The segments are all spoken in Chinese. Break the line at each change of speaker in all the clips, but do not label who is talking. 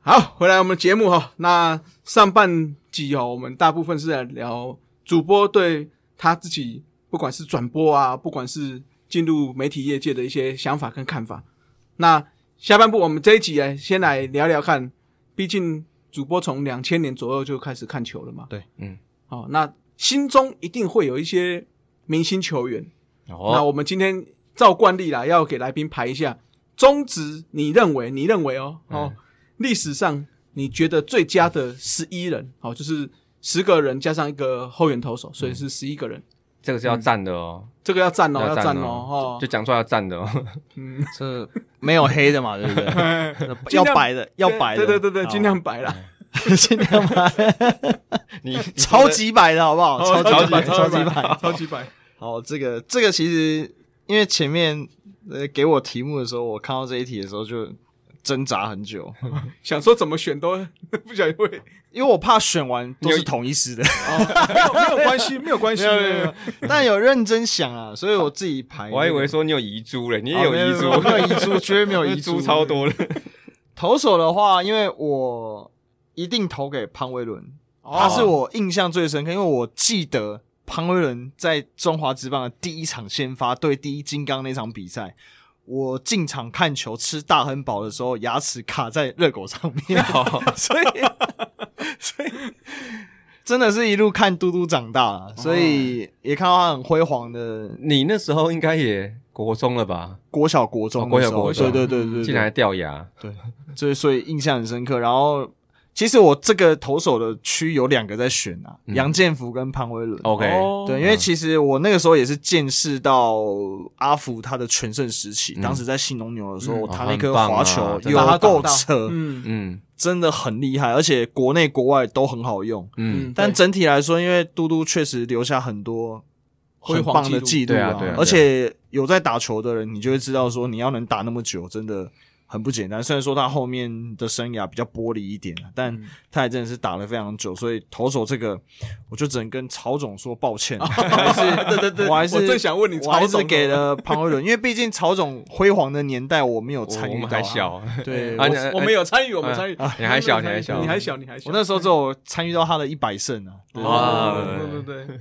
好，回来我们节目哈，那上半集哦，我们大部分是在聊主播对他自己，不管是转播啊，不管是进入媒体业界的一些想法跟看法。那下半部我们这一集来先来聊聊看，毕竟主播从两千年左右就开始看球了嘛。
对，嗯，
好、那心中一定会有一些明星球员。那
哦，
我们今天照惯例啦，要给来宾排一下中职，你认为你认为哦
嗯
哦，历史上你觉得最佳的十一人，好、就是十个人加上一个后援投手，所
嗯
以是十一个人。
这个是要站的哦，
这个要赞哦，
要
要
赞
赞哦，
就
哦，
讲出来要站的哦。
嗯，
这没有黑的嘛，对不对？要
尽量
白的，要哦白的，
对对对对，
好
尽量白啦。
嗯尽量 白，
你你
超级白的好不好？
哦
超
超
级
级
白，
白
超级
超级
白。
超级白，
好，这个这个其实因为前面呃给我题目的时候，我看到这一题的时候就挣扎很久，
想说怎么选都 不小心会，
因为我怕选完都是同一师 的，
哦，没有没有关系，没有 关系，没有没 有，
但有认真想啊，所以我自己排。
我还以为说你有遗珠嘞，
你
你也有遗珠，
哦没有遗珠，绝对没有 遗珠，
珠超多了。
投手的话，因为我一定投给潘威伦， 他
哦，
是我印象最深刻，因为我记得潘威伦在中华职棒的第一场先发对第一金刚那场比赛，我进场看球吃大亨堡的时候，牙齿卡在热狗上 面，所以所以真的是一路看嘟嘟长大啊，
哦
所以也看到他很辉煌的
你那时候应该也国中了吧？
国小国中
哦
的
国小
时候、
国中
对对对对对，
竟然还掉牙，
就是所以印象很深刻。然后其实我这个投手的区有两个在选啊，
嗯
杨建福跟潘威伦。
OK
哦
对，因
嗯
为其实我那个时候也是见识到阿福他的全盛时期，
嗯
当时在新农牛的时候，
嗯
他那颗
哦很棒啊
滑球
真
有
的
够扯，
嗯
嗯
真的很厉害，而且国内国外都很好用。
嗯，
但
对
整体来说，因为嘟嘟确实留下很多
辉
很
煌
棒的
记
记
录
录
对啊对啊
而且有在打球的人，你就会知道说，你要能打那么久，真的很不简单。虽然说他后面的生涯比较玻璃一点，啊但
嗯
他也真的是打了非常久，所以投手这个，我就只能跟曹总说抱歉，我还是
哦 对对对
我还是
我正想问你
我还
曹
是
总哦
给了潘威伦，因为毕竟曹总辉煌的年代我没有
我
参
我
与到
们
啊，
还小，
对。
啊
我
你
我我们有参与，我们
啊
参与，
你还小你还小
你还小，你还小，
我那时候只有参与到他的一百胜啊，对
哇
对对对，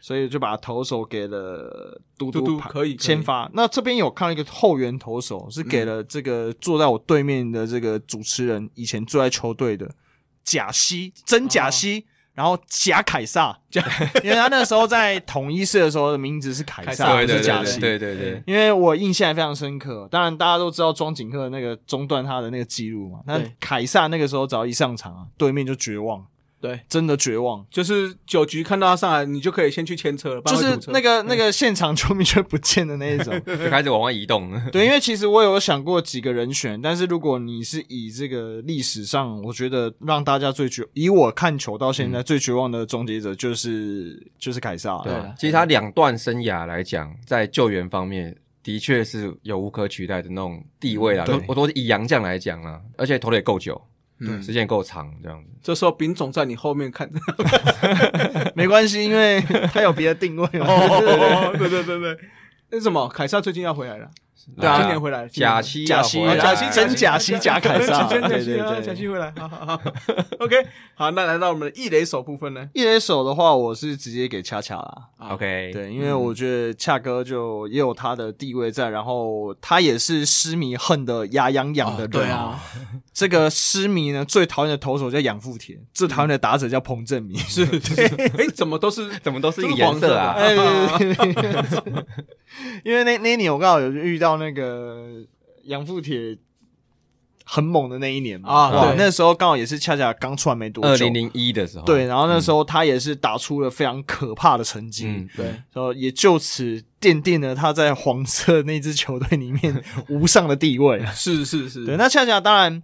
所以就把投手给了嘟
嘟嘟
排
可以可以
先发。那这边有看到一个后援投手，是给了这个坐在我对面的这个主持人，以前最爱球队的贾西，真贾西。
哦
然后贾 凯撒，因为他那时候在统一社的时候的名字是凯
凯
撒，
撒
不
对
是
对
贾
对
西。
对对对对，
因为我印象非常深刻，当然大家都知道庄景克那个中断他的那个记录嘛，但
对
凯撒那个时候只要一上场啊，对面就绝望，
对，
真的绝望。
就是九局看到他上来，你就可以先去牵车了，不
就
然会
是
堵车
那个那个现场球迷却不见的那一种。
就开始往外移动。
对，因为其实我有想过几个人选，但是如果你是以这个历史上，我觉得让大家最绝，以我看球到现在最绝望的终结者就是就是凯撒了。
对
对
啊，其实他两段生涯来讲，在救援方面的确是有无可取代的那种地位啦。
对
我我都是以洋将来讲啦，而且投的也够久，
嗯
时间也够长，这样子。
这时候丙总在你后面看，
没关系，因为他有别的定位嘛。
啊 对对对对，那什么，凯撒最近要回来了，
对啊
今年回来了，今年
假期
贾
要
西
回来，
哦贾西
真贾西贾凯撒，
真
对
假
对
期啊，
对
假期回来，好好好，OK，好，那来到我们的一垒手部分呢，
一垒手的话，我是直接给恰恰啦。
啊
OK，
对，因为我觉得恰哥就也有他的地位在，然后他也是狮迷恨得牙痒痒的人、
对啊，
这个狮迷呢，最讨厌的投手叫养父田，最讨厌的打者叫彭正
嗯
明。
是，是 哎，怎么都是
怎么都是一个
这是黄
颜色
色的
啊？
哎 对对对对因为那那一年我刚好有遇到那个养父铁很猛的那一年嘛，
啊
哇
对
那时候刚好也是恰恰刚出来没多
二
久
零，零一的时候，嗯
对，，然后那时候他也是打出了非常可怕的成绩，
嗯，
对，
然后也就此奠定了他在黄色那支球队里面无上的地位。
是是是，
对，那恰恰当然，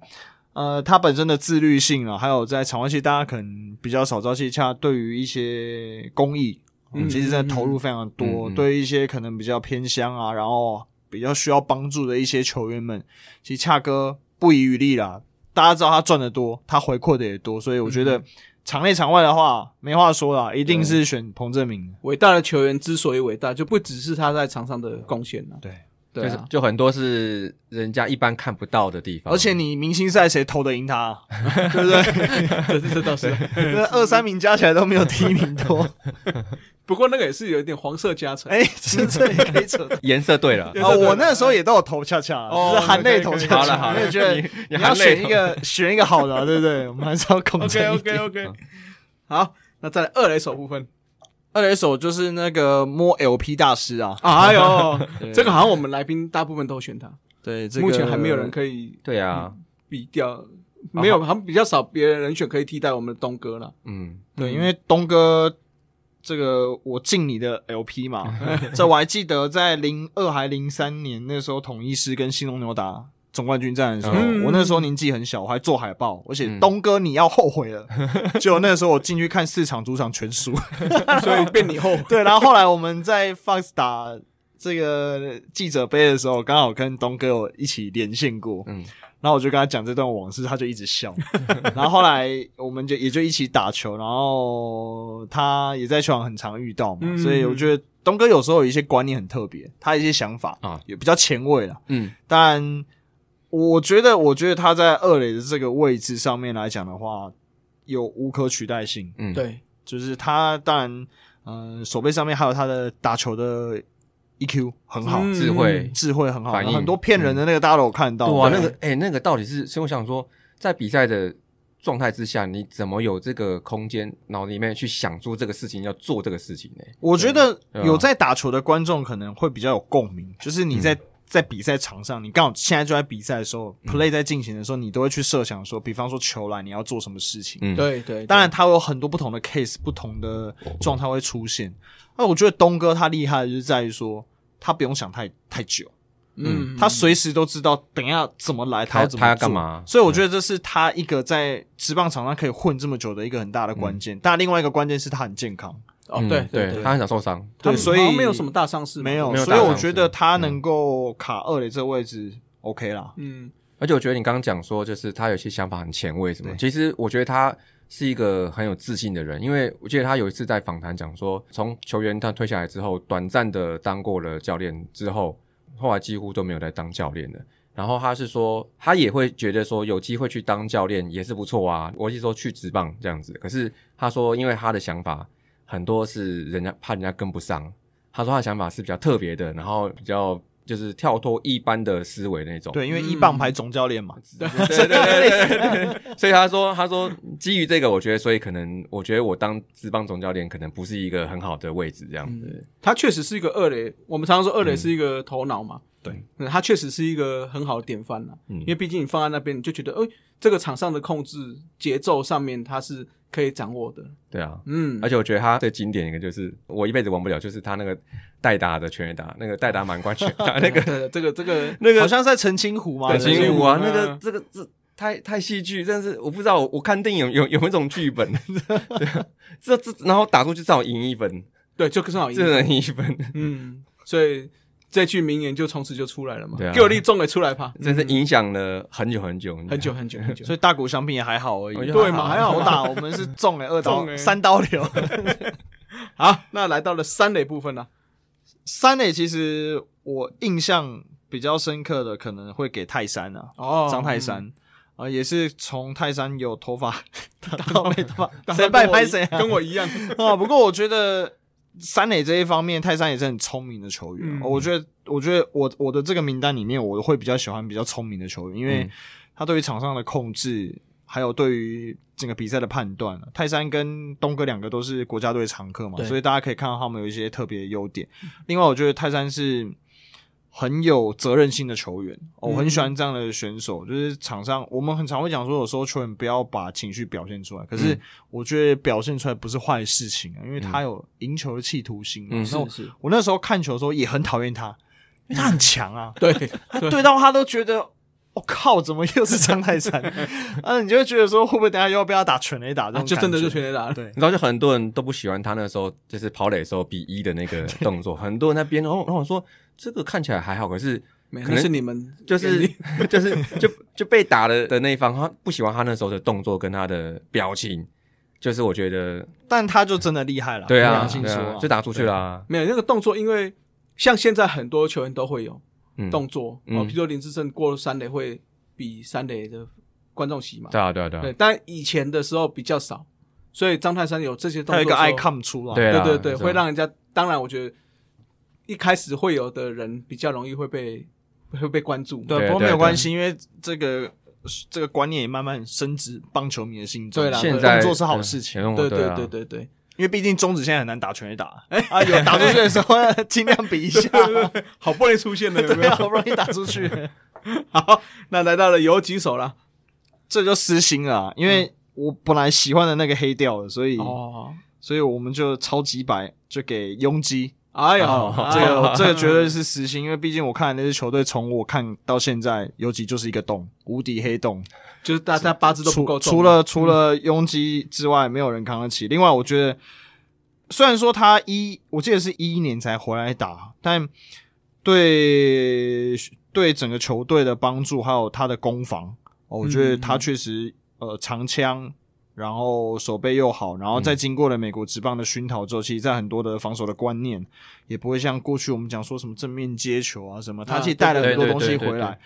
呃，他本身的自律性啊，还有在场外戏，大家可能比较少知道，其实恰恰对于一些公益，哦
嗯
其实在投入非常多，
嗯嗯
对于一些可能比较偏乡啊，然后比较需要帮助的一些球员们，其实恰哥不遗余力啦。大家知道他赚的多，他回馈的也多，所以我觉
嗯
得场内场外的话没话说啦，一定是选彭正明的。
伟大的球员之所以伟大，就不只是他在场上的贡献了。
对，
对
就是
啊，
就很多是人家一般看不到的地方，
而且你明星赛谁投得赢他啊、 对不对？
这这倒 是。
那二三名加起来都没有第一 名多。
不过那个也是有一点黄色加成，
哎，这这也可以扯到。
颜色对 了，哦
对
啊，
对对
我那时候也都有投恰恰啊，
哦
就是含泪投恰恰。
好了好
因
了，
为觉得
你
你
含
要
泪
选一
投
个选一个好的啊，对不对？我们还是要控制
OK OK OK，好，那再来二垒手部分。
二垒手就是那个摸 LP 大师啊，
哎呦，这个好像我们来宾大部分都选他，
对，这个
目前还没有人可以
对啊，
比掉，没有，好像比较少别人人选可以替代我们的东哥了。
嗯，
对，因为东哥这个我进你的 LP 嘛，这我还记得在零二还零三年那时候，统一师跟新龙牛打总冠军战的时候，
嗯
我那时候年纪很小，我还做海报，我写东哥你要后悔了。 就那时候我进去看四场主场全输，
所以变你 后，
对，然后后来我们在 Fox 打。这个记者杯的时候，刚好跟东哥有一起连线过，
嗯
然后我就跟他讲这段往事，他就一直笑。然后后来我们就也就一起打球，然后他也在球场很常遇到嘛，
嗯
所以我觉得东哥有时候有一些观念很特别，他有一些想法
啊
也比较前卫啦。
嗯
但我觉得，我觉得他在二垒的这个位置上面来讲的话，有无可取代性，
嗯，，
对，
就是他当然，嗯、手背上面还有他的打球的 EQ 很好，
嗯
智慧，
智慧很好，
反应
很多骗人的那个大家都有看到。
哇，
对
那个哎，那个到底是，所以我想说，在比赛的状态之下，你怎么有这个空间，脑里面去想出这个事情，要做这个事情呢？
我觉得
对啊
有在打球的观众可能会比较有共鸣，就是你
嗯
在、在比赛场上，你刚好现在就在比赛的时候、p l a y 在进行的时候，你都会去设想说，比方说球来你要做什么事情。
嗯，
对对，
当然，它会有很多不同的 case，不同的状态会出现。那我觉得东哥他厉害的就是在于说，他不用想太太久，
嗯，
他随时都知道等一下怎么来，
他
要怎么
他要
做
干嘛
所以我觉得这是他一个在职棒场上可以混这么久的一个很大的关键。但另外一个关键是他很健康。
哦
嗯，
对
对
对，
他很少受伤，
他
对
们
所以
好像没有什么大伤势，
没有，
没有
所以
大
我
上
觉
升
得他
嗯
能够卡二垒这个位置 OK 啦。
嗯，
而且我觉得你刚刚讲说，就是他有些想法很前卫什么，
对
其实我觉得他是一个很有自信的人，因为我记得他有一次在访谈讲说，从球员他退下来之后，短暂的当过了教练之后，后来几乎都没有再当教练了。然后他是啊说，他也会觉得说有机会去当教练也是不错啊，我是说去职棒这样子。可是他说，因为他的想法很多是人家怕人家跟不上，他说他的想法是比较特别的，然后比较就是跳脱一般的思维那种。
对，因为一
嗯
棒牌总教练嘛，
对 对对对对对，所以他说，他说基于这个，我觉得，所以可能，我觉得我当职棒总教练可能不是一个很好的位置，这样
嗯
子。
他确实是一个二垒，我们常常说
嗯
二垒是一个头脑嘛，
对
嗯，他确实是一个很好的典范啦，
嗯
因为毕竟你放在那边，你就觉得，哎、这个场上的控制节奏上面他是可以掌握的，
对啊，
嗯，
而且我觉得他最经典一个就是我一辈子忘不了，就是他那个代打的全垒打，那个代打满贯全垒打 那个
对这个这个
那
好
个
像是在澄清湖嘛，
本
对不对
澄
心
清
舞
湖
啊，
嗯
那个这个这太太戏剧，但是我不知道，我我看电影有有有那种剧本， 对啊这这然后打出去正好赢一分，
对，就更好赢
真，的赢一分，
嗯，所以这句名言就从此就出来了嘛，
对啊
给我力中也出来吧，嗯
真是影响了很久很久
很久很久很久，
所以大谷相比也还好而已
我，觉得
对嘛还好
我
吧
打我们是中诶、二刀、
中欸
三刀流，
好，那来到了三垒部分了、
三垒其实我印象比较深刻的可能会给泰山啊，
哦，
张泰
嗯，
山。啊、也是从泰山有头发 到没 头发，
当
谁
然
拜
跟我
拍
一
谁啊？
跟我一样，
啊，不过我觉得三垒这一方面，泰山也是很聪明的球员啊。
嗯
我觉得，我觉得我我的这个名单里面，我会比较喜欢比较聪明的球员，因为
嗯
他对于场上的控制，还有对于整个比赛的判断啊、泰山跟东哥两个都是国家队常客嘛，
对嗯
所以大家可以看到他们有一些特别的优点。另外，我觉得泰山是。很有责任心的球员、哦我很喜
嗯
欢这样的选手。就是场上，我们很常会讲说，有时候球员不要把情绪表现出来，可
嗯
是我觉得表现出来不是坏事情啊，因为他有赢球的企图心嘛。
嗯
那我
是，
我那时候看球的时候也很讨厌他，因为他很强啊，
对，
他对到他都觉得。我、靠！怎么又是张泰山？ 啊，你就会觉得说，会不会等下又要被他打全垒打这
啊
种感觉、
就真的就全垒打了，
对
你知道，就很多人都不喜欢他那时候就是跑垒的时候比一的那个动作，很多人在边，哦然后然后我说这个看起来还好，可是
没
可
那
能
是你们
就
眼
是
里
就是就就被打的的那一方，他不喜欢他那时候的动作跟他的表情，就是我觉得
但他就真的厉害了。
对
凭
啊，
良心
对
说、
啊，就打出去啦、
没有那个动作，因为像现在很多球员都会有，
嗯
动作，
嗯
哦，比如说林志胜过三垒会比三垒的观众席嘛，
对啊对啊对
对，
啊，
但以前的时候比较少，所以张泰山有这些动
他有
作
一个
的时候
icon 出来，
对
对
啦
对对，
是啊
会让人家。当然，我觉得一开始会有的人比较容易会被会被关注嘛。
对，
对
不过没
对
有
对
关系，因为这个这个观念也慢慢升值棒球迷的心中。
对啦
现在
啊动作是好事情，
嗯
对
对
对
啊
对对对，
因为毕竟中指现在很难打全 垒打，啊，有打出去的时候 要尽量比一下，
好不容易出现了，有 没
对啊，
有？
好不容易打出去，
好，那来到了有几手了。
这就私心了啊。因为我本来喜欢的那个黑掉了，所以
嗯哦，
所以我们就超级白就给拥挤。啊
哎呀
哦，
这
哎
个
呦
我这个绝对是实心，因为毕竟我看那支球队从我看到现在，尤其就是一个洞，无敌黑洞。
就是大家八字都不
除
够重啊
除了除了拥挤之外，没有人扛得起。另外，我觉得虽然说他一，我记得是一一年才回来打，但对对整个球队的帮助，还有他的攻防，哦我
嗯
觉得他确实、呃长枪。然后手背又好，然后
嗯
在经过了美国职棒的熏陶之后，其实在很多的防守的观念也不会像过去我们讲说什么正面接球啊什么，他
啊
其实带了很多
对对
东西
对对
回
对
来。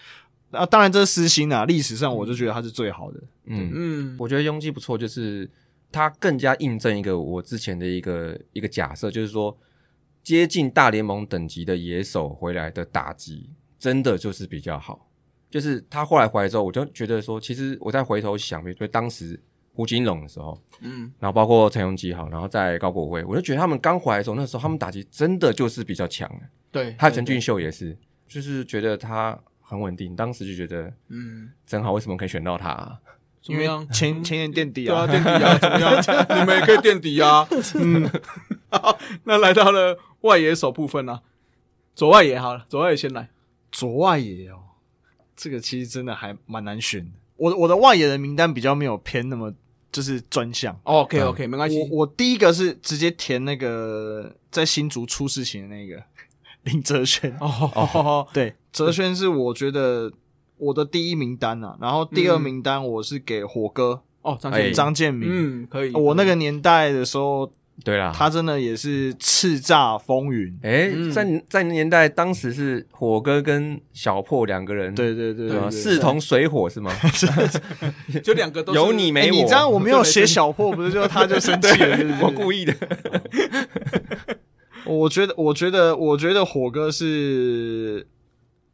啊，当然这是私心啊，历史上我就觉得他是最好的。
嗯
嗯，
我觉得拥挤不错，就是它更加印证一个我之前的一个一个假设，就是说接近大联盟等级的野手回来的打击，真的就是比较好。就是他后来回来之后，我就觉得说，其实我再回头想，比如说当时胡金龙的时候，
嗯，
然后包括陈永基好，然后在高国辉，我就觉得他们刚回来的时候，那时候他们打击真的就是比较强。欸
对，
还有陈俊
对，
秀也是，就是觉得他很稳定，当时就觉得
对嗯，
真好，为什么可以选到他啊、
怎么样？
前前年垫底
对啊，
啊，
垫底啊，怎么样？你们也可以垫底啊。嗯， 好，那来到了外野手部分啊，左外野好了，左外野先来。
左外野哦，这个其实真的还蛮难选的。我我的外野的名单比较没有偏那么就是专项。
哦 OK OK，没关系
我。我第一个是直接填那个在新竹出事情的那个林哲轩，
哦哦，
对，哲轩是我觉得我的第一名单啊，然后第二
嗯
名单我是给火哥
哦，张
哎
先生，
张建民，
嗯，可以。
我那个年代的时候，
对啦，
他真的也是叱咤风云，
哎、
嗯
在你在那年代，当时是火哥跟小破两个人，
对对对
对吧？
对，
势同水火是吗？
就两个都是
有你没
哎，
我，
你知道我没有
这没
写
生
小破，不是就他就生气 了，是不是
我故意的。
我觉得，我觉得，我觉得火哥是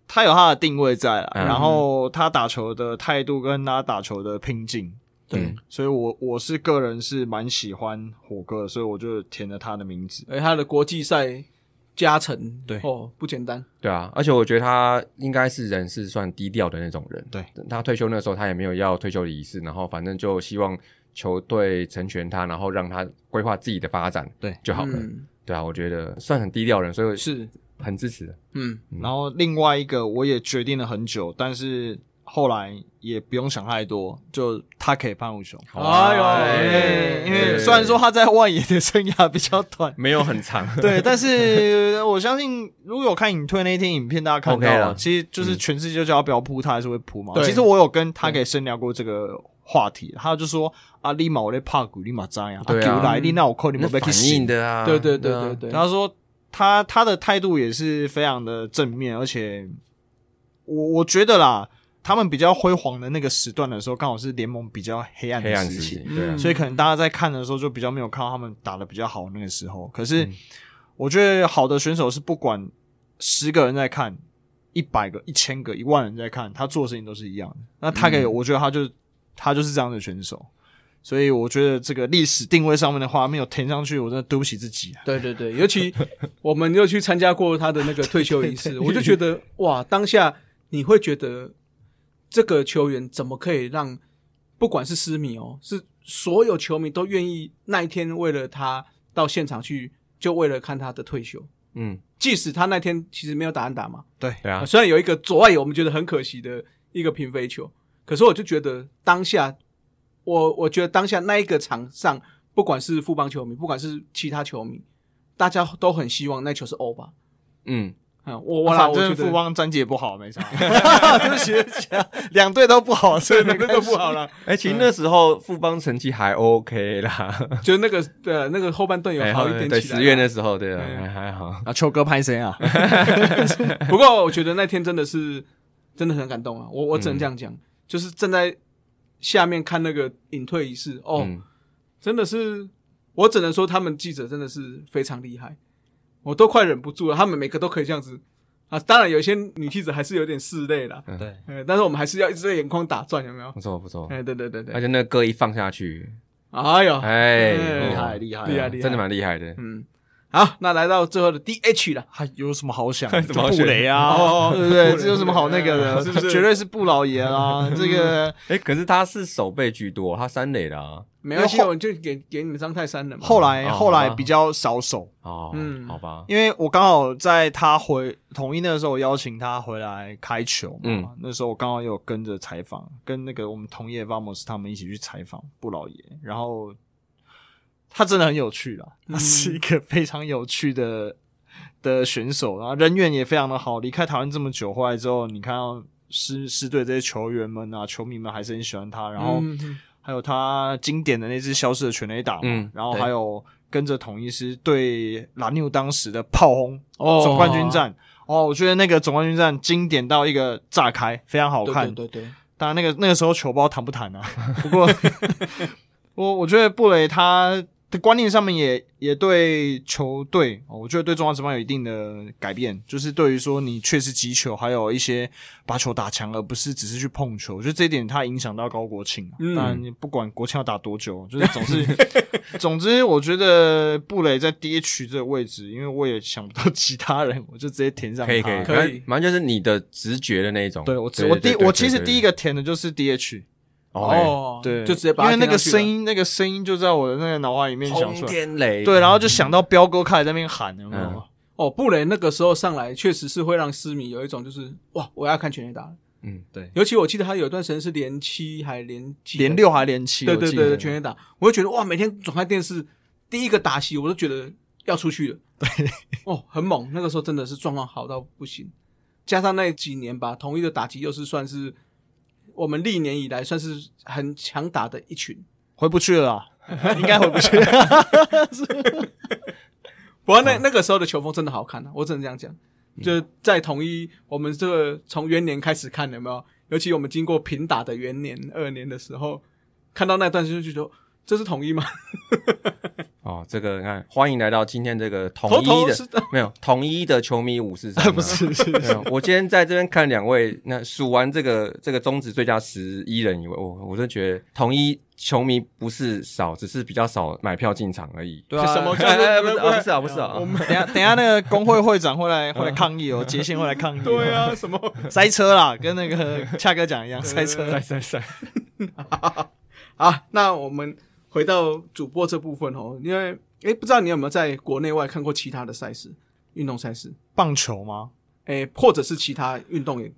他有他的定位在啦，
嗯
然后他打球的态度跟他打球的拼劲，
对
嗯，
所以我我是个人是蛮喜欢火哥的，所以我就填了他的名字。
而哎他的国际赛加成，
对
哦，不简单。
对啊，而且我觉得他应该是人是算低调的那种人。
对，
他退休那时候他也没有要退休仪式，然后反正就希望球队成全他，然后让他规划自己的发展，
对
就好了。
嗯
对啊，我觉得算很低调的人，所以
是，
很支持。
嗯，
嗯
然后另外一个我也决定了很久，但是后来也不用想太多，就他可以潘武雄。
好啊
哎呦
哎，
哎
因为虽然说他在外野的生涯比较 短，
没有很长，
对，但是我相信，如果有看影退那一天影片，大家看到
OK 啊嗯
了
啦
其实就是全世界就叫他不要扑，他还是会扑嘛。
对
其实我有跟他给深聊过这个话题，他就说啊，立马我在怕股，立马扎呀，
对啊
球来你那我扣你
你
们
们
被去
反
洗
应。的啊，
对对对
啊
对对，
他说他他的态度也是非常的正面，而且我我觉得啦，他们比较辉煌的那个时段的时候，刚好是联盟比较黑暗
黑
的
暗
时
时
期
期，。对啊
嗯，
所以可能大家在看的时候就比较没有看到他们打的比较好那个时候。可是
嗯
我觉得好的选手是不管十个人在看、一百个、一千个、一万人在看，他做的事情都是一样的。那他给、我觉得他就他就是这样的选手，所以我觉得这个历史定位上面的话没有填上去，我真的对不起自己啊。
对对对，尤其我们又去参加过他的那个退休仪式，我就觉得哇，当下你会觉得这个球员怎么可以让不管是私迷哦，是所有球迷都愿意那一天为了他到现场去，就为了看他的退休。
嗯，
即使他那天其实没有打安打嘛，
对，
对啊
呃，虽然有一个左外野我们觉得很可惜的一个平飞球，可是我就觉得当下，我我觉得当下那一个场上，不管是富邦球迷，不管是其他球迷，大家都很希望那球是欧巴，
嗯，
嗯，我我啦，
啊反
我觉
正
得
富邦战绩也不好，没啥。 对不起，对不起啊，两队都不好，所以每个都不好了。
哎、
嗯
其实那时候富邦成绩还 OK 啦，
就那个对那个后半段有
哎
好一点
对，
起来啦嗯
十月那时候，对啊，
对
还还好。
啊，球哥拍谁 啊？
不过我觉得那天真的是真的很感动啊！我我只能这样讲，就是站在下面看那个隐退仪式，哦，
嗯
真的是，我只能说他们记者真的是非常厉害，我都快忍不住了。他们每个都可以这样子啊，当然有些女记者还是有点拭泪啦，
对，
呃，但是我们还是要一直在眼眶打转，有没有？
不错不错，
哎，对对对对，
而且那个歌一放下去，
哎呦，
哎，
哎
厉
哦
害厉害
厉害厉害
真的蛮厉害的。
嗯，好，那来到最后的 DH 了，
还有什么好想？
什么
就
好
布
选
雷啊，
哦
对不
布
对？
雷
这有什么好那个的？
是不是
绝对是布老爷啊！这个
哎，可是他是守备居多，他三垒的啊。
没关
因
系，
为后
我就给给你们张泰山了嘛。
后来
哦
后来比较少守，
哦，
嗯
好吧，
因为我刚好在他回统一那时候邀请他回来开球嘛，
嗯
那时候我刚好有跟着采访，跟那个我们同业 Vamos 他们一起去采访布老爷，然后他真的很有趣啦，
嗯
他是一个非常有趣的 的选手，然后人缘也非常的好。离开台湾这么久，回来之后，你看到狮狮队这些球员们啊、球迷们还是很喜欢他，然后。
嗯，嗯
还有他经典的那只消失的全垒打嘛，
嗯
然后
对
还有跟着统一师对蓝牛当时的炮轰
哦
总冠军战。哦，我觉得那个总冠军战经典到一个炸开，非常好
对
看。
对对对，
当然，那个那个时候球包谈不谈啊？ 不过，我我觉得布雷他的观念上面也也对球队，哦我觉得对中华职棒有一定的改变，就是对于说你确实击球，还有一些把球打强，而不是只是去碰球。我觉得这一点他影响到高国庆、啊。
嗯
当然，不管国庆要打多久，就是总是， 总之，我觉得布雷在 DH 这个位置，因为我也想不到其他人，我就直接填上他。
可以可以
可以
反正就是你的直觉的那一种。哦
对我只，我第
对对
我其实
对
第一个填的就是 DH。
哦，
对，
就直接把它
因为那个
填上去了
声音，那个声音就在我的那个脑海里面想出来。
哎天雷
对，然后就想到彪哥开始在那边喊，有没有
嗯？
哦，布雷那个时候上来，确实是会让思迷有一种就是哇，我要看全垒打了。
嗯对，
尤其我记得他有一段时间是连七还连几
连，六还连七，
对
我
对
记
对
得
对，全垒打，我就觉得哇，每天转开电视第一个打席，我都觉得要出去了。对，哦，很猛，那个时候真的是状况好到不行，加上那几年吧，统一的打击又是算是我们历年以来算是很强打的一群。
回不去了啦，应该回不去。
不过那、
嗯
那个时候的球风真的好看啊，我只能这样讲。就是在统一，我们这个从元年开始看有没有？尤其我们经过平打的元年、二年的时候，看到那段时间就觉得这是统一吗？
哦，这个你看，欢迎来到今天这个统
头
一
头
的
是 的，
没有统一的球迷武士上啊，
不是是
没有。我今天在这边看两位，那数完这个这个中职最佳十一人以外，我我真觉得统一球迷不是少，只是比较少买票进场而已。
对啊
是什么
哎哎哎不是
不会
啊不是啊不是 啊，
我们等一下等一下那个工会会长会来会来抗议哦，杰线会来抗议。
嗯对，啊， 什么？
塞车啦，跟那个恰哥讲一样，塞车。
在在，
好，那我们回到主播这部分哦，因为诶，不知道你有没有在国内外看过其他的赛事，运动赛事，
棒球吗？
诶，或者是其他运动也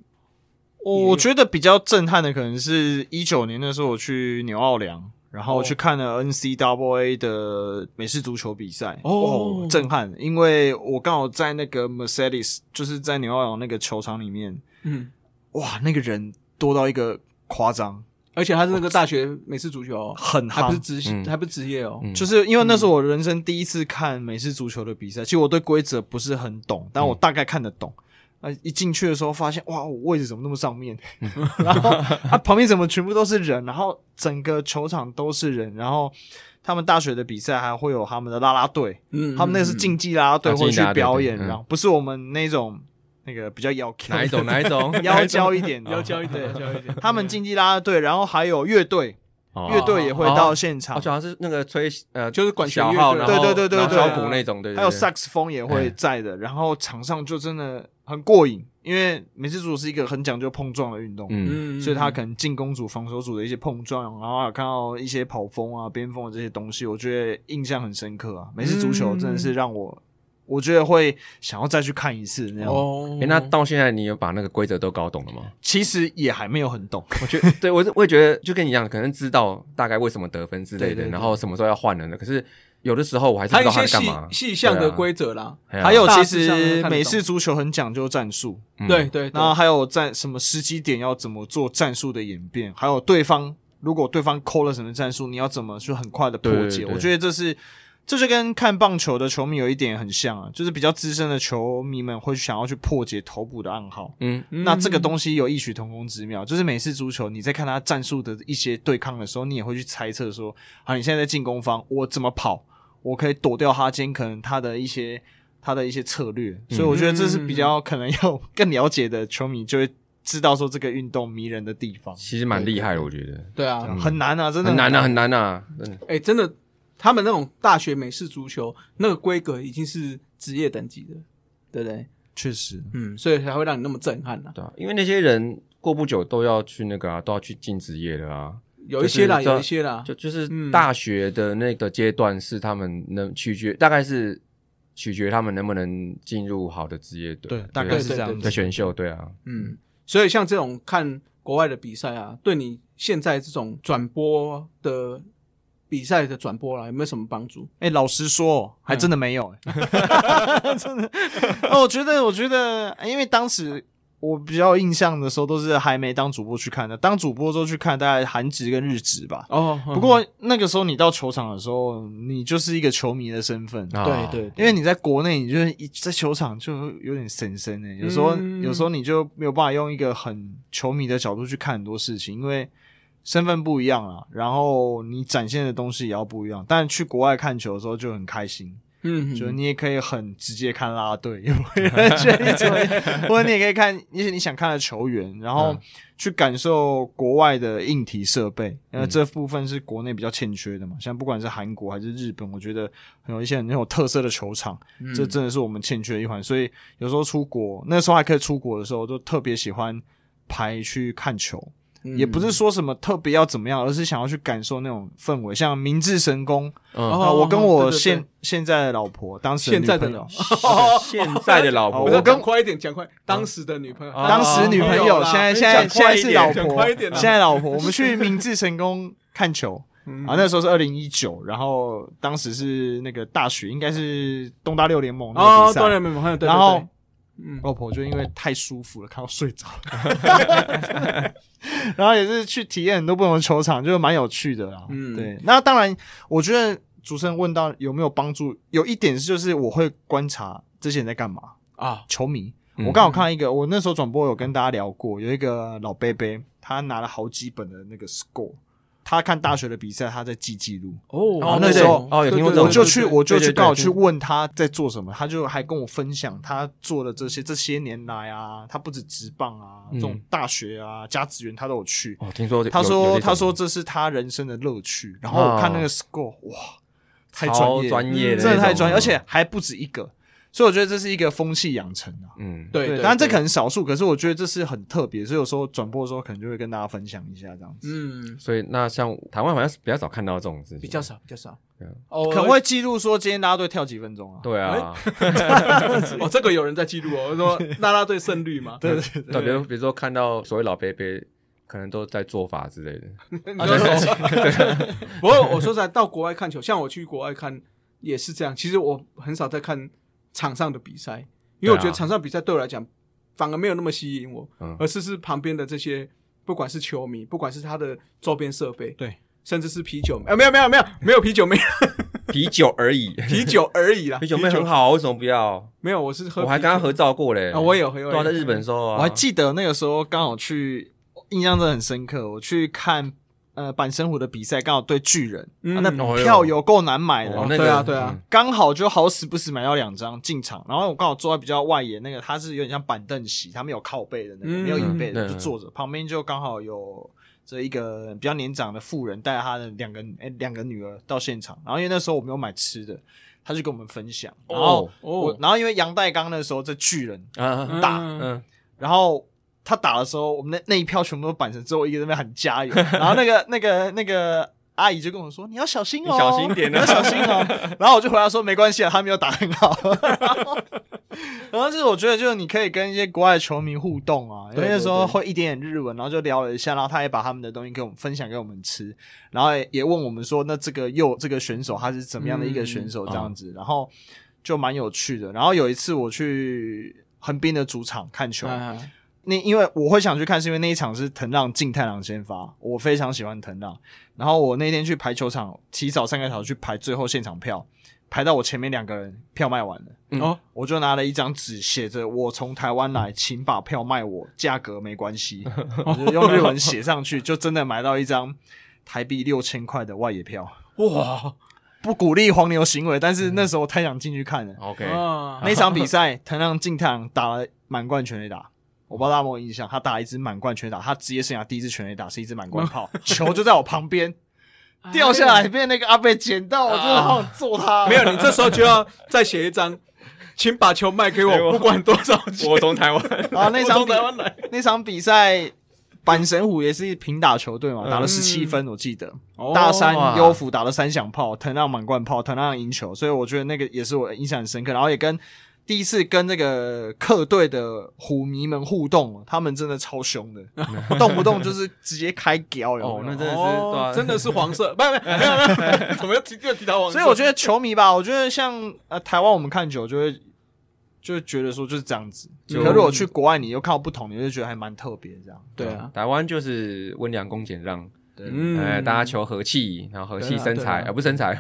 我我觉得比较震撼的可能是一九年的时候，我去纽奥良，然后
哦
去看了 NCAA 的美式足球比赛，
哦
震撼！因为我刚好在那个 Mercedes，就是在纽奥良那个球场里面，
嗯，
哇，那个人多到一个夸张，
而且他是那个大学美式足球、哦，
很
还不是
夯。
职、
嗯
还不是职业哦，
嗯
就是因为那是我人生第一次看美式足球的比赛，其实我对规则不是很懂，
嗯
但我大概看得懂。啊，一进去的时候发现，哇，我位置怎么那么上面？
嗯
然后啊，旁边怎么全部都是人？然后整个球场都是人。然后他们大学的比赛还会有他们的啦啦队，
嗯，
他们那个是竞技啦啦队
啊
会
竞
去
技啦啦队
表演，
对嗯
然后不是我们那种那个比较要 Q
哪一种哪一种
要娇一 点的，
要教一点，要
对
教一点，
哦他们竞技啦啦队，然后还有乐队，
哦
乐队也会
哦
到现场
哦，就，好像是那个吹呃，
就是管弦
小
乐
号，
队
然
对
后
对对对
然后
对
小鼓那种，对，对
还有
对哎
萨克斯风也会在的，然后场上就真的很过瘾，因为美式足球是一个很讲究碰撞的运动，
嗯，
嗯，
所以他可能进攻组、防守组的一些碰撞，然后还有看到一些跑风啊、边锋的这些东西，我觉得印象很深刻
嗯
啊。美式足球真的是让我，我觉得会想要再去看一次那样。
哦
诶那到现在你有把那个规则都搞懂了吗？
其实也还没有很懂，
我觉得，对我是我也觉得，就跟你一样，可能知道大概为什么得分之类的，
对对对
然后什么时候要换人的。可是有的时候我还是不
还
知
有
道
一些
他在干
细
嘛。
细项
对
的
啊
规则啦，
哎呀
还有，
大
其
致上看得
实
懂
美式足球很讲究战术，
嗯
对对
然后
对，
还有在什么时机点要怎么做战术的演变，还有对方如果对方抠了什么战术，你要怎么去很快的破解。
对对对
我觉得这是这就跟看棒球的球迷有一点很像啊，就是比较资深的球迷们会想要去破解头部的暗号。
嗯，
那这个
西
东西有异曲同工之妙，就是美式足球，你在看他战术的一些对抗的时候，你也会去猜测说，啊，你现在在进攻方，我怎么跑，我可以躲掉他今天可能他的一些他的一些策略，所以我觉得这是比较可能要 更了解的球迷就会知道说这个运动迷人的地方，
其实蛮厉害的，我觉得
对啊，
很难啊，真的
很难啊，很难啊，真的
哎，真的，他们那种大学美式足球那个规格已经是职业等级的，对不对？
确实，
嗯，所以才会让你那么震撼呐。
对啊，因为那些人过不久都要去那个啊，都要去进职业了啊。
有一些啦，
就是
有一些啦，
就就是
嗯
大学的那个阶段是他们能取决，大概是取决他们能不能进入好的职业队，
对，大概是这样
对
的
子。
选秀，对啊，
嗯，所以像这种看国外的比赛啊，对你现在这种转播的比赛的转播啦，有没有什么帮助？
哎、老实说，还真的没有、欸，真的。哦，我觉得，我觉得，哎因为当时我比较有印象的时候，都是还没当主播去看的。当主播之后去看，大概韩职跟日职吧。
哦，
不过那个时候你到球场的时候，你就是一个球迷的身份，
啊
对对，
因为你在国内，你就是一在球场就有点神神的、有时候、
嗯
有时候你就没有办法用一个很球迷的角度去看很多事情，因为身份不一样啦，然后你展现的东西也要不一样。但去国外看球的时候就很开心，
嗯，
就是你也可以很直接看啦啦队，也不会有人觉得你怎么样，或者你也可以看一些你想看的球员，然后
嗯
去感受国外的硬体设备，因为
嗯
这部分是国内比较欠缺的嘛。像不管是韩国还是日本，我觉得有一些很有特色的球场，
嗯
这真的是我们欠缺的一环。所以有时候出国，那时候还可以出国的时候，就特别喜欢排去看球。
嗯
也不是说什么特别要怎么样，而是想要去感受那种氛围，像明治神宫
哦
嗯，
啊，我跟我
对对对
现现在的老婆，当时
现在的
女朋友，
现在的老
哦
婆
我
我跟
跟快一点讲快，当时的女朋友，
啊
当时女朋友，
啦
现在
你
现在
讲
现在
快一
是
点
老
讲
婆，
快一点啦
现在老婆，我们去明治神宫看球
嗯
啊，那时候是二零一九，然后当时是那个大学，应该是东大六联盟那个比
哦当
赛，
然没有，对对
然后
对嗯，
老婆就因为太舒服了，看到睡着了 然后也是去体验很多不同的球场，就蛮有趣的啦。
嗯
对，那当然，我觉得主持人问到有没有帮助，有一点就是我会观察这些人在干嘛，
啊，
球迷。
嗯
我刚好看到一个，我那时候转播有跟大家聊过，有一个老贝贝，他拿了好几本的那个 score，他看大学的比赛，他在记记录。
哦
哦
那时候
哦有听过这种
我就去，我就
对
去
对对
刚好去问他在做什么，他就还跟我分享他做的这些这些年来啊，他不止职棒啊，这
嗯
种大学啊、加职员他都有去。
哦，听说有
他
有
说
这种啊
他说这是他人生的乐趣。然后我看那个 score，哇，太专
超
业，
专业
嗯
的那种，啊
真的太专业，而且还不止一个，所以我觉得这是一个风气养成啊。
嗯，
对，对
当然这可能少数，可是我觉得这是很特别，所以有时候转播的时候可能就会跟大家分享一下这样子。
嗯，
所以那像台湾好像是比较少看到这种事情，
比较少，比较少
对啊，
哦
可能会记录说今天大家队跳几分钟啊？
对啊，
哦，这个有人在记录哦，我 说啦啦队胜率嘛，对对
对，比如比如说看到所谓老伯伯，可能都在做法之类 的，
你说什么 不过我说实在，到国外看球，像我去国外看也是这样。其实我很少在看场上的比赛，因为我觉
对
得
啊
场上比赛对我来讲反而没有那么吸引我，
嗯
而是是旁边的这些，不管是球迷，不管是他的周边设备，
对，
甚至是啤酒，啊，没有没有没有 没有啤酒，没有
啤酒而已，
啤酒而已啦，
啤酒妹很好，为什么不要？
没有，我是喝啤酒，
我还跟他合照过嘞，
啊，我也有，我也有
对啊，在日本的时候啊，
我还记得那个时候刚好去，印象真的很深刻。我去看呃板神虎的比赛，刚好对巨人，
嗯
啊那
哦哟
票有够难买的，
哦那个
对啊对啊
嗯
刚好就好死不死买到两张进场，然后我刚好坐在比较外野那个，它是有点像板凳席，他们有靠背的那个，
嗯
没有椅背
嗯
的，就
对
坐着，旁边就刚好有这一个比较年长的妇人带她的两个哎两个女儿到现场，然后因为那时候我没有买吃的，他就跟我们分享，
嗯
然后我、
哦，
然后因为杨代刚那时候在巨人，
啊啊，
大
嗯
嗯，
然后他打的时候，我们那那一票全部都板成之后，一个在那边喊加油， 然后那个那个那个阿姨就跟我说：“你要小心哦，
你小心点
你
啊
要小心哦。”然后我就回答说：“没关系啊，他没有打很好。” 然后就是我觉得，就是你可以跟一些国外的球迷互动啊，因为
对
那时
对
候会一点点日文，然后就聊了一下，然后他也把他们的东西给我们分享给我们吃，然后也也问我们说，那这个右这个选手他是怎么样的一个选手
嗯
这样子，然后就蛮有趣的。然后有一次我去横滨的主场看球，
啊
那因为我会想去看，是因为那一场是藤浪进太郎先发，我非常喜欢藤浪。然后我那天去排球场，提早三个小时去排最后现场票，排到我前面两个人票卖完了，
嗯
哦，
我就拿了一张纸写着“我从台湾来，请把票卖我，价格没关系”，我就用日文写上去，就真的买到一张台币六千块的外野票。
嗯哇
不鼓励黄牛行为，但是那时候我太想进去看了。
OK，
啊，
那场比赛，藤浪进太郎打了满贯全垒打，我不知道大家有没有印象，他打了一支满贯全垒打，他职业生涯第一支全垒打是一支满贯炮，球就在我旁边
哎
掉下来，被那个阿贝捡到，我真的好想揍他。
没有，你这时候就要再写一张，请把球卖给
给我
我，不管多少钱。
我从台湾，
啊，那场
我从
比
台湾来
那场比赛，阪神虎也是平打球队嘛，打了十七分，我记得。大山
嗯哦哇
优辅打了三响炮，藤浪满贯炮，藤浪赢球，所以我觉得那个也是我印象很深刻。然后也跟第一次跟那个客队的虎迷们互动，他们真的超凶 的，动不动就是直接开屌有
哦，
没有
那真的是、对
哦
啊，
真的是黄色，不不没有没有，怎么又提又提到黄色？
所以我觉得球迷吧，我觉得像呃台湾我们看久就会就会觉得说就是这样子，
就
可如果去国外你又看到不同，你就觉得还蛮特别这样。
对啊，
台湾就是温良恭俭让，
对
嗯
哎、大家求和气，然后和气
对啊
生财，
对啊
啊，不是身材，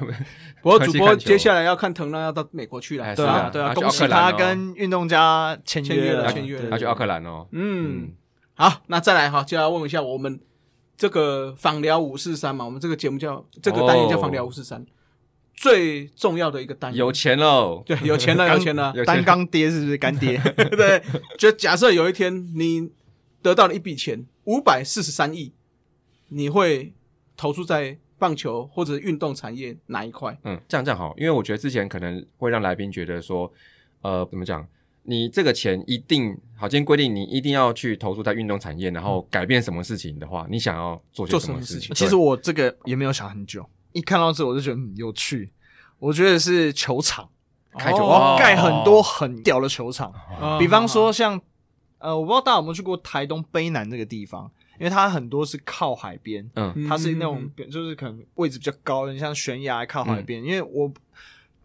不过主
客气
播
看球
接下来要看藤浪要到美国去了，
哎
对
是
啊，
啊
对啊，
啊
恭喜
奥克兰
他
哦
跟运动家签
签约
了，
了签约了
对
他去奥克兰哦，
嗯
嗯，，
好，那再来哈，就要问一下我们这个访聊五四三嘛，我们这个节目叫这个单元叫
哦
访聊五四三，最重要的一个单元，
有钱喽，
对有钱了，有钱了，
有
单
钱，
缸爹是不是干爹？
对，就假设有一天你得到了一笔钱，五百四十三亿，你会投注在棒球或者运动产业哪一块？
嗯，这样这样好，因为我觉得之前可能会让来宾觉得说，呃，怎么讲？你这个钱一定好，今天规定你一定要去投入在运动产业，然后改变什么事情的话，你想要嗯做些
做
什
什
么
么
事
事
情？
情
其实我这个也没有想很久，一看到这我就觉得嗯有趣。我觉得是球场，
开球
我要
哦
盖很多很屌的球场，
哦
比方说像呃，我不知道大家有没有去过台东卑南这个地方，因为它很多是靠海边，
嗯，
嗯嗯
它是那种就是可能位置比较高，你像悬崖靠海边，因为我。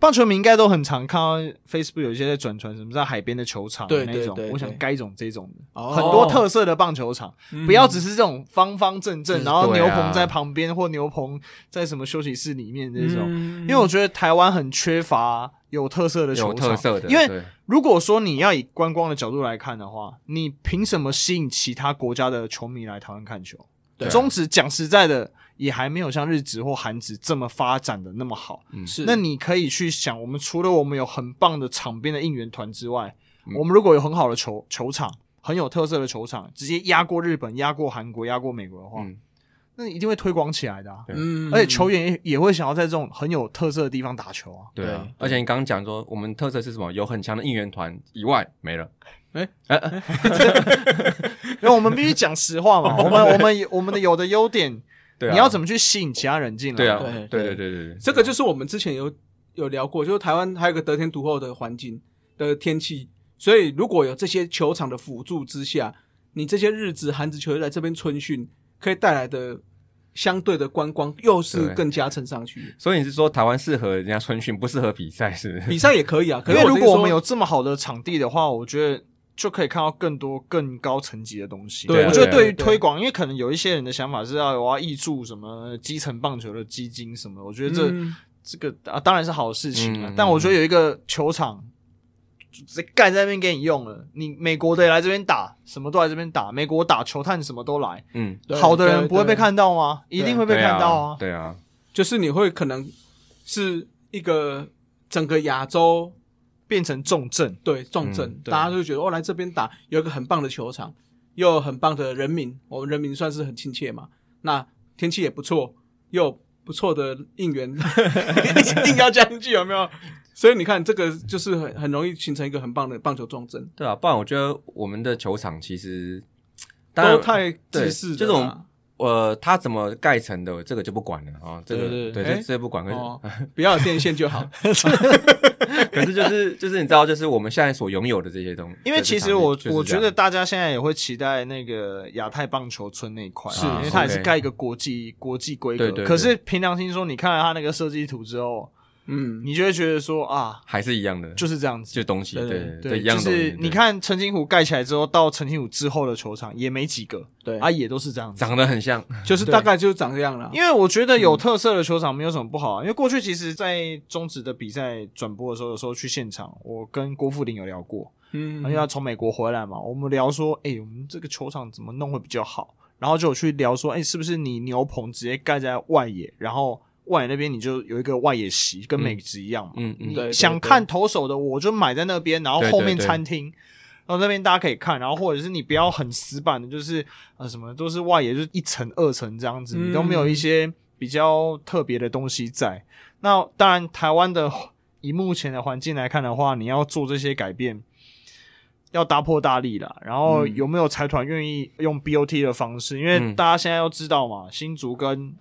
棒球迷应该都很常看到 Facebook 有一些在转传什么在海边的球场啊
对
那
对
种
对，
我想
对
盖一种这种的，
哦
很多特色的棒球场，
嗯
不要只是这种方方正正，
嗯
然后
对
牛
啊
棚在旁边或牛棚在什么休息室里面这种。
嗯
因为我觉得台湾很缺乏有特色的球
有
场，
特色的，
因为
对
如果说你要以观光的角度来看的话，你凭什么吸引其他国家的球迷来台湾看球？
对啊
中职讲实在的，也还没有像日职或韩职这么发展的那么好。
嗯
嗯是
那你可以去想，我们除了我们有很棒的场边的应援团之外，
嗯
我们如果有很好的球球场，很有特色的球场，直接压过日本、压过韩国、压过美国的话，
嗯
那一定会推广起来的、啊。
对
嗯
而且球员也也会想要在这种很有特色的地方打球啊。
对啊
对。
而且你刚刚讲说，我们特色是什么？有很强的应援团以外没了，
因为我们必须讲实话 嘛，我们我们我们的有的优点，
对啊，
你要怎
么？
么去吸引其他人进来？
对啊，
对
对
对
对对对对，
这个就是我们之前有有聊过，就是台湾还有个得天独厚的环境的天气，所以如果有这些球场的辅助之下，你这些日职、韩职球队来这边春训，可以带来的相对的观光又是
对
更加乘上去。
所以你是说台湾适合人家春训，不适合比赛是不是？
比赛也可以啊，可
因
是
为如
的意思
果我
说
们有这么好的场地的话，我觉得就可以看到更多更高层级的东西。
对啊
我觉得
对
对于
对
推广，因为可能有一些人的想法是要我要挹注什么基层棒球的基金什么，我觉得这、
嗯
这个啊当然是好事情啊，
嗯
但我觉得有一个球场。就直接盖在那边给你用了，你美国的也来这边打，什么都来这边打，美国打球探什么都来，
嗯，
对
好的人
对
不会
对
被看到吗？一定会被
对啊
看到啊。
对啊，
就是你会可能是一个整个亚洲
变成重症，
对重镇，
嗯
对
大家就觉得哦，来这边打有一个很棒的球场，又有很棒的人民，我们人民算是很亲切嘛。那天气也不错，又有不错的应援， 硬要加进去有没有？所以你看，这个就是很很容易形成一个很棒的棒球重镇，
对啊，不然我觉得我们的球场其实当然
都太自
对
私的啦，
就是我们呃，他怎么盖成的，这个就不管了啊、哦，这个
对对对
对，这
哎
这不管，可是、
哦，不要有电线就好。
可是就是就是你知道，就是我们现在所拥有的这些东西，
因为其
这
实
个场
我
地就是
我
这
觉
样
得大家现在也会期待那个亚太棒球村那一块，啊
是
因为它也是
OK
盖一个国际国际规格。
对对对
可是凭良心说，你看了它那个设计图之后，
嗯，
你就会觉得说啊，
还是一样的，就
就是这样子。
就东西，
对
对
对
对
对，
一样
就
的东西。
是你
对
看陈金湖盖起来之后，到陈金湖之后的球场也没几个，
对，
哎
啊，也都是这 样子。
长得很像，
就是大概就长这样了。
因为我觉得
嗯
有特色的球场没有什么不好啊，因为过去其实，在中职的比赛转播的时候，有时候去现场，我跟郭富林有聊过，
嗯，
因
哎
为他从美国回来嘛，我们聊说，哎、我们这个球场怎么弄会比较好，然后就有去聊说，哎、是不是你牛棚直接盖在外野，然后外野那边你就有一个外野席，跟美职一样嘛，
嗯嗯
对，对
想看投手的我就买在那边，然后后面餐厅。然后那边大家可以看，然后或者是你不要很死板的，就是呃什么都是外野，就是一层二层这样子，
嗯
你都没有一些比较特别的东西在。那当然，台湾的以目前的环境来看的话，你要做这些改变，要大破大立啦。然后
嗯
有没有财团愿意用 BOT 的方式？因为
嗯
大家现在要知道嘛，新竹跟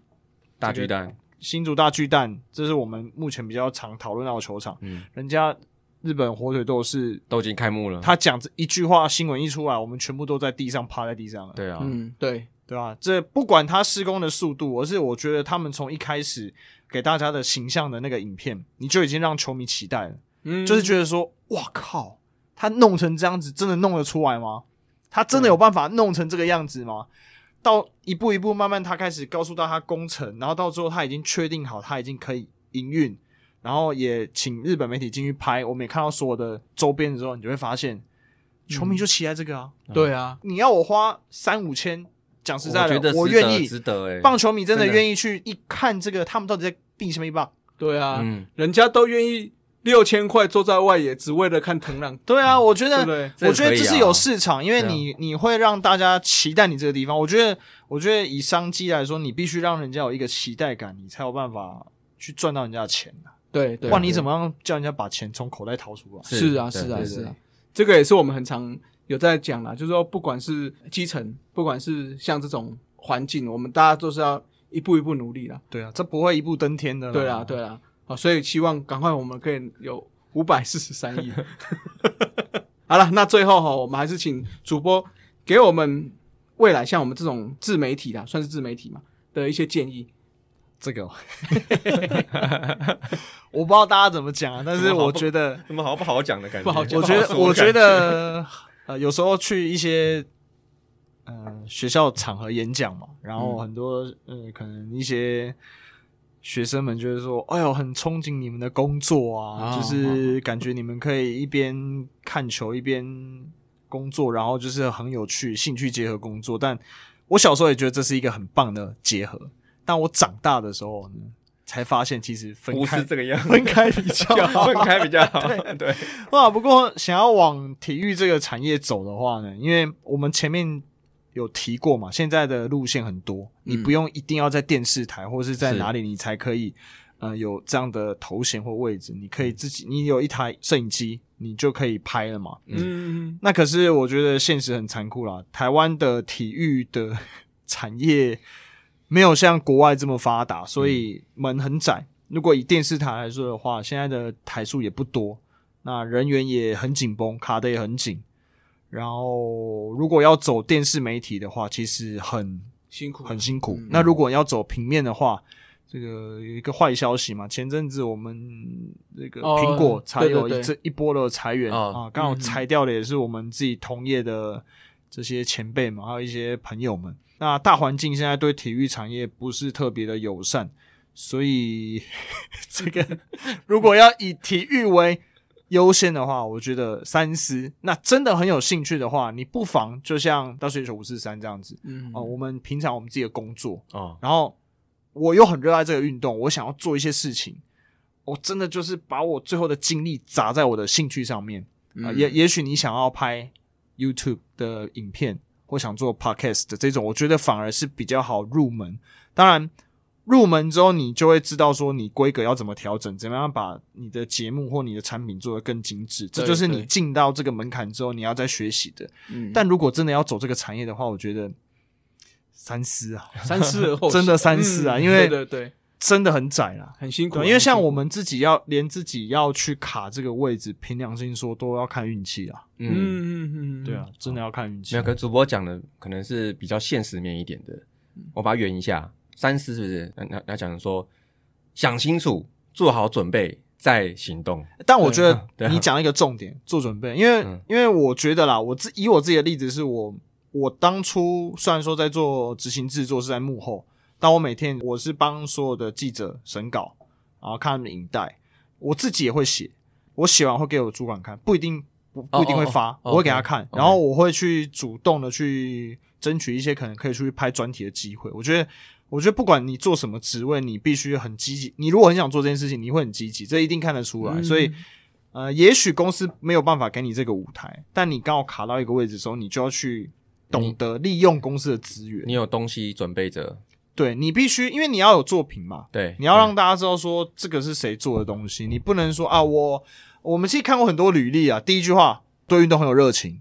大巨蛋，
新竹大巨蛋，这是我们目前比较常讨论到的球场。
嗯，
人家日本火腿斗士，
都已经开幕了。
他讲这一句话，新闻一出来，我们全部都在地上趴在地上了，
对啊，
嗯，对，
对吧、这不管他施工的速度，而是我觉得他们从一开始给大家的形象的那个影片，你就已经让球迷期待了，
嗯，
就是觉得说，哇靠，他弄成这样子，真的弄得出来吗？他真的有办法弄成这个样子吗？到一步一步慢慢，他开始告诉到他工程，然后到最后他已经确定好，他已经可以营运，然后也请日本媒体进去拍。我们也看到所有的周边的时候，你就会发现，球迷就期待这个啊！
嗯
对啊，
你要我花三五千，讲实在
我觉
的
得，
我
值得
愿意。
值得哎，
棒球迷真的
真的
愿意去一看这个，他们到底在避什么棒？
对啊，
嗯，
人家都愿意六千块坐在外野，只为了看藤浪，
对啊，我觉
对
得
不对？
这
我
个
觉得
可以
这是
啊
有市场，因为
对啊
你你会让大家期待你这个地方。我觉得，我觉得以商机来说，你必须让人家有一个期待感，你才有办法去赚到人家的钱啊
对对，
不然你怎么样叫人家把钱从口袋掏出来？
是啊，
对
是啊，
对
是
对
啊，这个也是我们很常有在讲啦，就是说，不管是基层，不管是像这种环境，我们大家都是要一步一步努力啦。
对啊，这不会一步登天的。
对
啊
啦，，对啦，好，所以希望赶快我们可以有五百四十三 亿。好了，那最后哈，我们还是请主播给我们未来像我们这种自媒体啦，算是自媒体嘛的一些建议。
这个哦 我不知道大家怎么讲啊，但是
怎么好
我觉得，
怎么好不好讲的感觉？
不好讲
我觉
不
得，
好说
我觉得，呃，有时候去一些。呃，学校场合演讲嘛，然
嗯
后很多、呃，可能一些学生们就是说，哎呦，很憧憬你们的工作啊，
啊
就是感觉你们可以一边看球一边工作，然后就是很有趣，兴趣结合工作。但我小时候也觉得这是一个很棒的结合，但我长大的时候呢，才发现其实分
不
开
是这个样子，
分开比 较好。
分开比较好。 对，
哇，不过想要往体育这个产业走的话呢，因为我们前面有提过嘛，现在的路线很多，你不用一定要在电视台或是在
是
哪里，你才可以呃有这样的头衔或位置，你可以自己，你有一台摄影机，你就可以拍了嘛。
嗯，
那可是我觉得现实很残酷啦，台湾的体育的产业没有像国外这么发达，所以门很窄。如果以电视台来说的话，现在的台数也不多，那人员也很紧绷，卡得也很紧。然后，如果要走电视媒体的话，其实很
辛苦，
很辛苦。
嗯
那如果要走平面的话，这个有一个坏消息嘛，前阵子我们这个
哦
苹果才
对对
有一
对
这一波的裁员
哦
啊，刚好
嗯
裁掉的也是我们自己同业的这些前辈嘛，还有一些朋友们。那大环境现在对体育产业不是特别的友善，所以 这 个如果要以体育为优先的话，我觉得三思。那真的很有兴趣的话，你不妨就像大水手五四三这样子，
嗯
哦，我们平常我们自己的工作，
哦，
然后我又很热爱这个运动，我想要做一些事情，我真的就是把我最后的精力砸在我的兴趣上面啊、
嗯
也也许你想要拍 YouTube 的影片，或想做 Podcast 的这种，我觉得反而是比较好入门。当然，入门之后你就会知道说你规格要怎么调整，怎么样把你的节目或你的产品做得更精致，这
对
就是你
对
进到这个门槛之后你要再学习的。
嗯
但如果真的要走这个产业的话，我觉得三思啊，
三思而 后行，
真的三思啊
嗯
因为
对对对，
真的很窄啦。
很辛苦啊，
对，因为像
很辛苦
我们自己要连自己要去卡这个位置，凭良心说都要看运气啊。
嗯，
嗯嗯嗯，嗯
对啊，，真的要看运气。
没有，可是主播讲的可能是比较现实面一点的，
嗯
我把它圆一下，三思是不是？那那那讲说想清楚，做好准备再行动，
但我觉
对
得
啊
你讲一个重点，做准备，因为、
嗯
因为我觉得啦，我自以我自己的例子是我我当初虽然说在做执行制作是在幕后，但我每天我是帮所有的记者审稿，然后看他们的影带，我自己也会写，我写完会给我主管看，不一定不不一定会发，
哦哦哦
我会给他
OK，
看，
OK
然后我会去主动的去争取一些可能可以出去拍专题的机会，我觉得。我觉得不管你做什么职位，你必须很积极。你如果很想做这件事情，你会很积极，这一定看得出来。
嗯
所以，呃，也许公司没有办法给你这个舞台，但你刚好卡到一个位置的时候，你就要去懂得利用公司的资源。
你有东西准备着，
对你必须，因为你要有作品嘛，
对，
你要让大家知道说这个是谁做的东西，你不能说啊，我我们其实看过很多履历啊，第一句话对运动很有热情，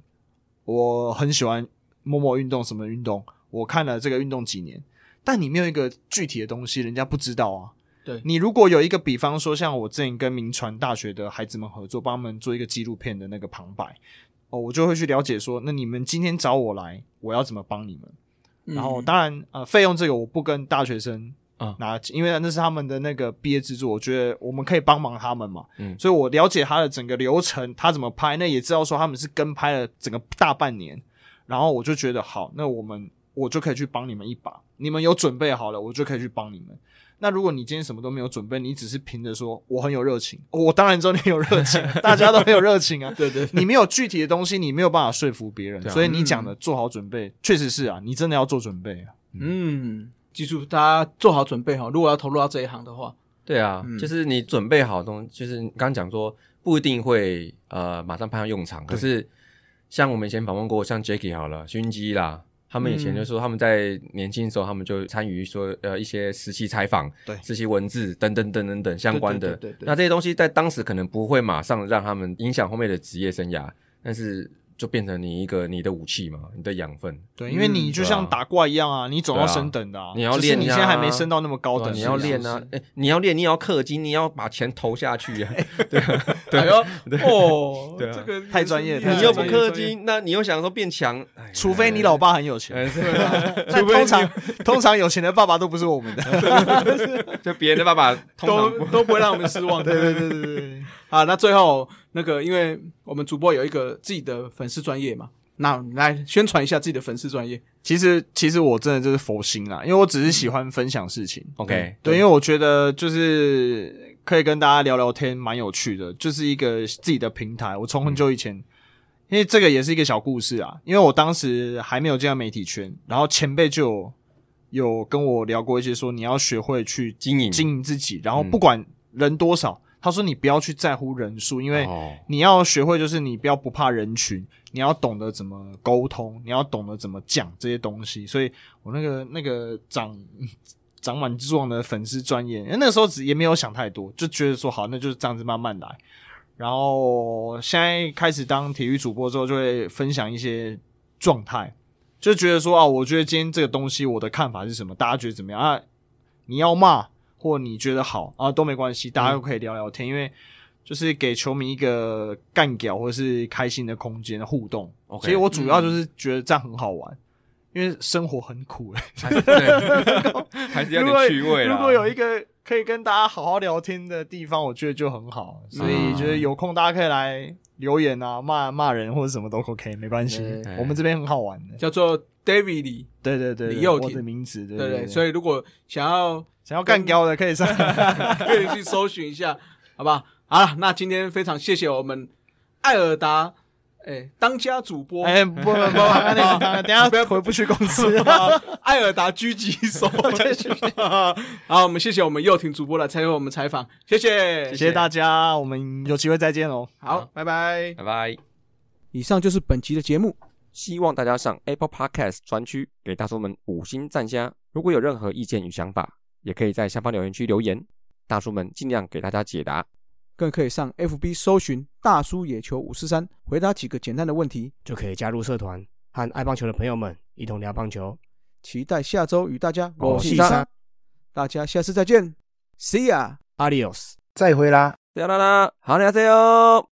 我很喜欢某某运动什么运动，我看了这个运动几年，但你没有一个具体的东西，人家不知道啊。
对
你如果有一个，比方说像我之前跟民传大学的孩子们合作，帮他们做一个纪录片的那个旁白，哦，我就会去了解说，那你们今天找我来，我要怎么帮你们？
嗯
然后当然呃，费用这个我不跟大学生
啊
拿，因为那是他们的那个毕业制作，我觉得我们可以帮忙他们嘛。
嗯
所以我了解他的整个流程，他怎么拍，那也知道说他们是跟拍了整个大半年，然后我就觉得好，那我们我就可以去帮你们一把，你们有准备好了，我就可以去帮你们。那如果你今天什么都没有准备，你只是凭着说我很有热情，我当然知道你有热 情，大家都很有热情啊，
对 对对
你没有具体的东西，你没有办法说服别人，
对啊嗯
所以你讲的做好准备，确实是啊，你真的要做准备啊。
嗯，记住大家做好准备哈，如果要投入到这一行的话，
对啊，
嗯
就是你准备好东，就是你刚刚讲说不一定会呃马上派上用场，可是像我们以前访问过像 Jacky 好了，熏鸡啦，他们以
嗯
前就说他们在年轻的时候，他们就参与说呃一些实习采访、
对
实习文字等等等等等相关
对
的，
对对对对
那这些东西在当时可能不会马上让他们影响后面的职业生涯，但是就变成你一个你的武器嘛，你的养分。
对，因为你就像打怪一样啊，你总要升等的啊，
嗯对啊你要
只是你
练啊
现在还没升到那
哦
么高
对啊
等，
你要练啊！哎、你要练，你也要氪金，你也要把钱投下去
哎
啊！
对 哦，
对啊
这个
太专业
真的
你
是
又不
厉害
氪，金，那你又想说变强，哎
除非你老爸很有
哎
钱，
是
啊
但通常通常有钱的爸爸都不是我们的。
就别人的爸 爸通常
都
不
都不会让我们失望。对对对
对 对对，
啊，那最后那个，因为我们主播有一个自己的粉丝专业嘛，那你来宣传一下自己的粉丝专业。
其实其实我真的就是佛心啊啦，因为我只是喜欢分享事情。嗯
OK
对，因为我觉得就是可以跟大家聊聊天，蛮有趣的，就是一个自己的平台。我从很久以前，因为这个也是一个小故事啊，因为我当时还没有进到媒体圈，然后前辈就有有跟我聊过一些说你要学会去
经营
经营自己，然后不管人多少，他说你不要去在乎人数，因为
哦
你要学会就是你不要不怕人群，你要懂得怎么沟通，你要懂得怎么讲这些东西。所以我那个那个长 长满壮的粉丝专业，因为那个时候只也没有想太多，就觉得说好，那就是这样子慢慢来。然后现在开始当体育主播之后，就会分享一些状态，就觉得说啊，我觉得今天这个东西我的看法是什么，大家觉得怎么样啊？你要骂或你觉得好啊都没关系，大家都可以聊聊天，因为就是给球迷一个干屌或是开心的空间互动。
OK
其实我主要
嗯
就是觉得这样很好玩，因为生活很苦、 欸，
还是 对还是有
如果
点趣味啦
如果有一个可以跟大家好好聊天的地方，我觉得就很好。所
嗯
以就是有空大家可以来留言啊，骂骂人或者什么都 OK，没关系
对。
我们这边很好玩的。
叫做 David 李，
对对对，对
李幼
我
廷
的名字，
对
对
不
对
对？
对。
所以如果想要
想要干掉的可 以上。
可以去搜寻一下，好吧？好了，那今天非常谢谢我们艾尔达，哎，当家主播，
哎，不不不，那个等一下回不去公 司。
艾尔达狙击手， 好，我们谢谢我们幼婷主播来参与我们采访，谢谢，
谢谢大家，我们有机会再见哦。
好，拜拜。
拜拜。
以上就是本集的节目，
希望大家上 Apple Podcast 专区给大叔们五星赞加。如果有任何意见与想法，也可以在下方留言区留言，大叔们尽量给大家解答。
更可以上 FB 搜寻“大叔野球五四三”，回答几个简单的问题。
就可以加入社团，和爱棒球的朋友们一同聊棒球。
期待下周与大家
我
我
是
是
三
三，大家下次再见，See ya，
，Adios，再会啦。
对啦啦，好，你好，再见。